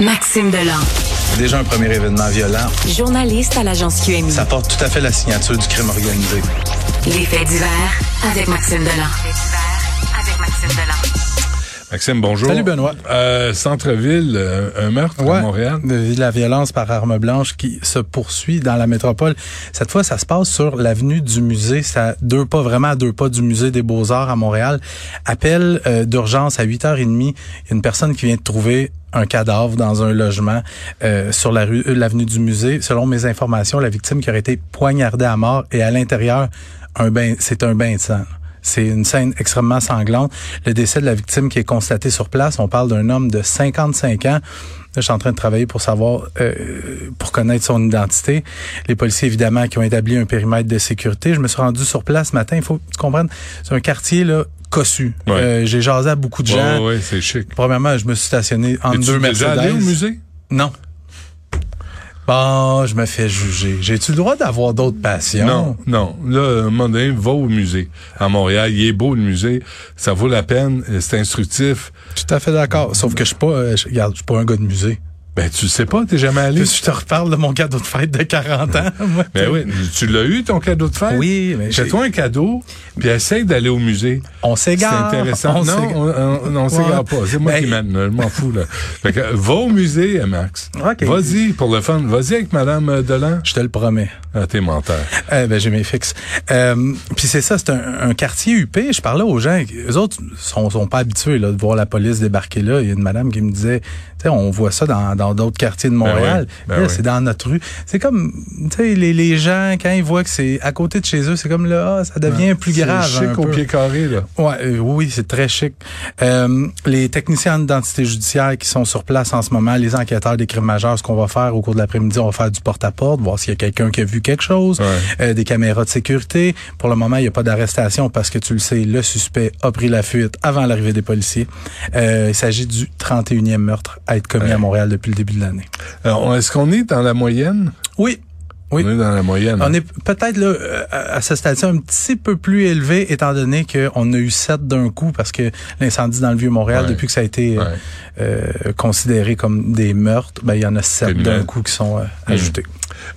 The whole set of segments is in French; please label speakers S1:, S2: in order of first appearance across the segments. S1: Maxime Delan.
S2: Déjà un premier événement violent.
S1: Journaliste à l'agence QMI.
S2: Ça porte tout à fait la signature du crime organisé.
S1: Les faits divers avec Maxime Delan. avec Maxime Delan.
S3: Maxime, bonjour.
S4: Salut Benoît.
S3: Euh, Centre-ville, euh, un meurtre à Montréal.
S4: de la violence par arme blanche qui se poursuit dans la métropole. Cette fois, ça se passe sur l'avenue du musée. C'est à deux pas, vraiment à deux pas du musée des Beaux-Arts à Montréal. Appel euh, d'urgence à 8h30. Une personne qui vient de trouver un cadavre dans un logement euh, sur la rue euh, l'avenue du musée. Selon mes informations, la victime qui aurait été poignardée à mort et à l'intérieur, un bain, c'est un bain de sang. C'est une scène extrêmement sanglante. Le décès de la victime qui est constaté sur place, on parle d'un homme de 55 ans. Là, je suis en train de travailler pour savoir, euh, pour connaître son identité. Les policiers, évidemment, qui ont établi un périmètre de sécurité. Je me suis rendu sur place ce matin. Il faut que tu comprennes, c'est un quartier là cossu.
S3: Ouais.
S4: Euh, J'ai jasé à beaucoup de
S3: Oui,
S4: gens.
S3: ouais, c'est chic.
S4: Premièrement, je me suis stationné en
S3: Es-tu
S4: deux Mercedes.
S3: déjà allé au musée?
S4: Non. Bon, je me fais juger. J'ai-tu le droit d'avoir d'autres passions?
S3: Non, non. Là, un moment donné, va au musée. À Montréal, il est beau le musée. Ça vaut la peine. euh, C'est instructif.
S4: Tout à fait d'accord. Sauf que je suis pas, euh, je, regarde, je suis pas un gars de musée.
S3: Ben, tu le sais pas, t'es jamais allé.
S4: Puis je te reparle de mon cadeau de fête de 40 ans. moi.
S3: Ben oui, tu l'as eu, ton cadeau de fête?
S4: Oui, mais j'ai-
S3: Fais-toi un cadeau, puis essaye d'aller au musée.
S4: On
S3: C'est
S4: s'égare.
S3: intéressant.
S4: On
S3: non,
S4: s'égare.
S3: on, on, on s'égare
S4: Ouais.
S3: pas. C'est moi
S4: Ben,
S3: qui mène. là. Je m'en fous, là. Fait que, euh, va au musée, euh, Max.
S4: Ok.
S3: Vas-y, pour le fun. Vas-y avec Madame euh, Delan.
S4: Je te le promets.
S3: Ah, t'es menteur.
S4: Eh ben, j'ai mes fixes. Euh, Puis c'est ça, c'est un, un quartier huppé. Je parlais aux gens, eux autres sont, sont pas habitués là, de voir la police débarquer là. Il y a une madame qui me disait, tu sais, on voit ça dans dans d'autres quartiers de Montréal.
S3: oui, ben
S4: Là,
S3: oui.
S4: C'est dans notre rue. C'est comme, tu sais, les, les gens, quand ils voient que c'est à côté de chez eux, c'est comme là, ah, ça devient plus
S3: C'est
S4: grave.
S3: Chic
S4: un
S3: au
S4: peu.
S3: pied carré, là.
S4: Ouais, euh, oui, c'est très chic. Euh, les techniciens d'identité judiciaire qui sont sur place en ce moment, les enquêteurs des crimes majeurs, ce qu'on va faire au cours de l'après-midi, on va faire du porte-à-porte, voir s'il y a quelqu'un qui a vu quelque chose,
S3: Ouais.
S4: euh, des caméras de sécurité. Pour le moment, il n'y a pas d'arrestation parce que tu le sais, le suspect a pris la fuite avant l'arrivée des policiers. Euh, il s'agit du 31e meurtre à être commis à Montréal depuis le début de l'année.
S3: Alors, Euh, on- est-ce qu'on est dans la moyenne?
S4: Oui. Oui.
S3: On est dans la moyenne.
S4: On est peut-être là euh, à à ce stade-ci un petit peu plus élevé, étant donné qu'on a eu sept d'un coup parce que l'incendie dans le vieux Montréal,
S3: Ouais.
S4: depuis que ça a été euh,
S3: Ouais.
S4: euh, considéré comme des meurtres, ben il y en a sept
S3: Criminel.
S4: d'un coup qui sont euh,
S3: Mm.
S4: ajoutés.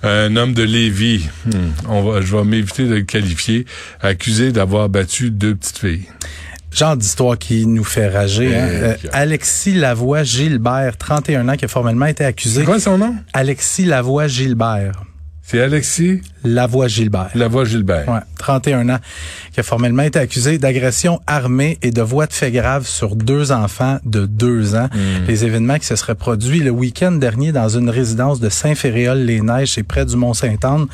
S3: Un homme de Lévis, hmm, on va, je vais m'éviter de le qualifier, accusé d'avoir battu deux petites filles.
S4: Genre d'histoire qui nous fait rager. hein.
S3: Eh,
S4: Euh,
S3: bien.
S4: Alexis Lavoie Gilbert, 31 ans, qui a formellement été accusé.
S3: C'est quoi son nom?
S4: Alexis Lavoie Gilbert.
S3: C'est Alexis
S4: Lavoie Gilbert.
S3: Lavoie Gilbert.
S4: Ouais, 31 ans, qui a formellement été accusé d'agression armée et de voie de fait grave sur deux enfants de deux ans. Les événements qui se seraient produits le week-end dernier dans une résidence de Saint-Féréol-les-Neiges, c'est près du Mont-Saint-Anne.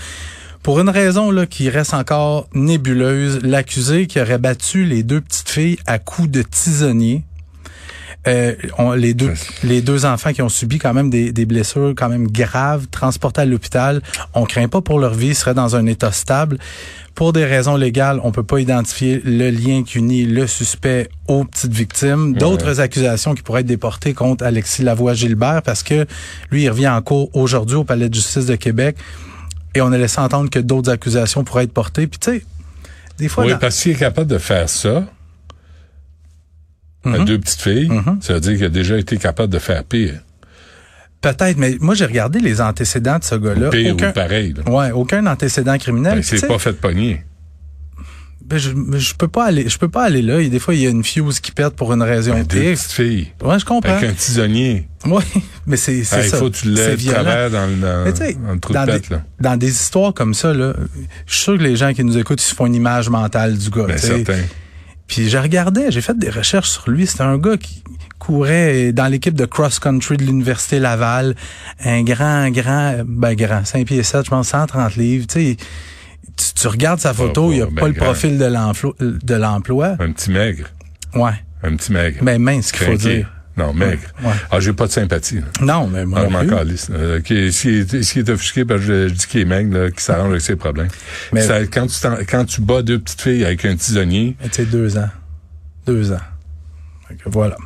S4: Pour une raison là qui reste encore nébuleuse, l'accusé qui aurait battu les deux petites filles à coups de tisonnier. Euh, on- les deux les deux enfants qui ont subi quand même des, des blessures quand même graves, transportés à l'hôpital, on craint pas pour leur vie, ils seraient dans un état stable. Pour des raisons légales, on peut pas identifier le lien qui unit le suspect aux petites victimes. D'autres accusations qui pourraient être déportées contre Alexis Lavoie-Gilbert parce que lui, il revient en cours aujourd'hui au Palais de justice de Québec et on a laissé entendre que d'autres accusations pourraient être portées. Puis tu sais, des fois,
S3: Oui,
S4: dans-
S3: parce qu'il est capable de faire ça à deux petites filles, ça veut dire qu'il a déjà été capable de faire pire.
S4: peut-être, mais moi, j'ai regardé les antécédents de ce gars-là.
S3: Pire
S4: Aucun-
S3: ou pareil. là.
S4: Ouais, aucun antécédent criminel.
S3: Ben,
S4: Puis, tu sais,
S3: c'est pas fait pogner.
S4: ben, je, je peux pas aller, je peux pas aller là. Et des fois, il y a une fuse qui pète pour une raison
S3: Ben, Deux
S4: X.
S3: petites filles.
S4: Ouais, je comprends.
S3: Avec un tisonnier.
S4: Oui, mais c'est c'est
S3: Ah, il
S4: ça.
S3: faut que tu le
S4: C'est
S3: lèves de
S4: violent.
S3: travers dans, le- dans-
S4: Mais tu sais,
S3: dans le trou de
S4: dans,
S3: pète.
S4: des,
S3: là.
S4: dans des histoires comme ça, là, je suis sûr que les gens qui nous écoutent, ils se font une image mentale du gars.
S3: Ben,
S4: tu sais.
S3: certain.
S4: Puis je regardais, j'ai fait des recherches sur lui. C'était un gars qui courait dans l'équipe de cross-country de l'Université Laval. Un grand, grand, ben grand, 5 pieds 7, je pense, 130 livres. Tu sais, tu, tu regardes sa photo,
S3: pas-
S4: il a
S3: ben
S4: pas le
S3: grand.
S4: profil de l'emploi. De l'emploi.
S3: Un petit maigre.
S4: Ouais,
S3: Un petit maigre.
S4: mais mince, qu'il faut
S3: Crinqué.
S4: dire.
S3: Non, maigre.
S4: Ouais, ouais.
S3: Ah, j'ai pas de sympathie. là.
S4: Non, mais moi
S3: Ah,
S4: non
S3: je m'en
S4: plus.
S3: calisse. Euh, qui, s'il est, s'il est offusqué, parce que je, je dis qu'il est maigre, là, qu'il s'arrange avec ses problèmes.
S4: Mais-
S3: Ça, quand, tu t'en- quand tu bats deux petites filles avec un tisonnier,
S4: Mais Tu sais, deux ans. Deux ans. Fait que voilà.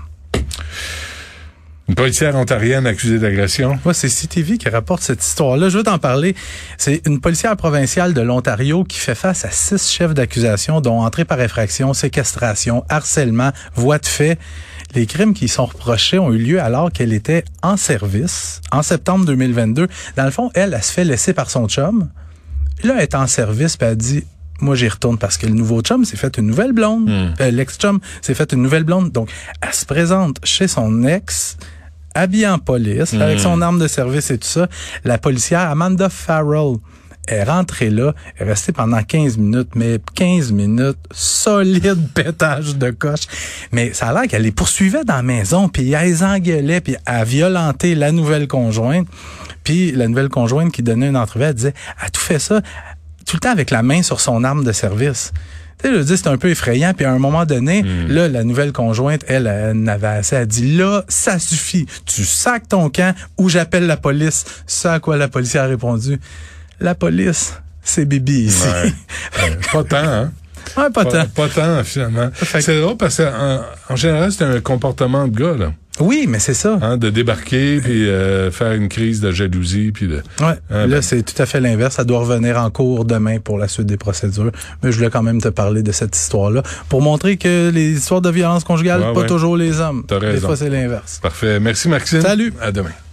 S3: une policière ontarienne accusée d'agression,
S4: Ouais, c'est CTV qui rapporte cette histoire-là. Je veux t'en parler. C'est une policière provinciale de l'Ontario qui fait face à six chefs d'accusation, dont entrée par effraction, séquestration, harcèlement, voie de fait. Les crimes qui y sont reprochés ont eu lieu alors qu'elle était en service en septembre 2022. Dans le fond, elle, elle se fait laisser par son chum. Là, elle est en service, puis elle dit moi j'y retourne parce que le nouveau chum s'est fait une nouvelle blonde, Euh, l'ex chum s'est fait une nouvelle blonde. Donc elle se présente chez son ex habillée en police avec son arme de service et tout ça. La policière Amanda Farrell est rentrée là, est restée pendant 15 minutes, mais 15 minutes, solide pétage de coche. Mais ça a l'air qu'elle les poursuivait dans la maison, puis elle les engueulait, puis elle violentait la nouvelle conjointe. Puis la nouvelle conjointe qui donnait une entrevue, elle disait, elle a tout fait ça, tout le temps avec la main sur son arme de service. Tu sais, je veux dire, c'est un peu effrayant. Puis à un moment donné, là, la nouvelle conjointe, elle, elle n'avait assez. Elle dit, là, ça suffit. Tu sacs ton camp ou j'appelle la police. Ce à quoi la police a répondu, la police, c'est Bibi ici.
S3: Ouais. Euh, pas tant, hein?
S4: Ouais, pas tant.
S3: Pas tant, finalement.
S4: Fait que-
S3: C'est drôle parce qu'en en général, c'est un comportement de gars, là.
S4: Oui, mais c'est ça.
S3: Hein, de débarquer, puis euh, faire une crise de jalousie, puis de...
S4: Ouais.
S3: Ah,
S4: là,
S3: ben.
S4: c'est tout à fait l'inverse. Ça doit revenir en cours demain pour la suite des procédures. Mais je voulais quand même te parler de cette histoire-là pour montrer que les histoires de violence conjugale,
S3: Ouais,
S4: pas
S3: ouais.
S4: toujours les hommes.
S3: T'as
S4: Des
S3: raison.
S4: fois, c'est l'inverse.
S3: Parfait. Merci, Maxime.
S4: Salut.
S3: À demain.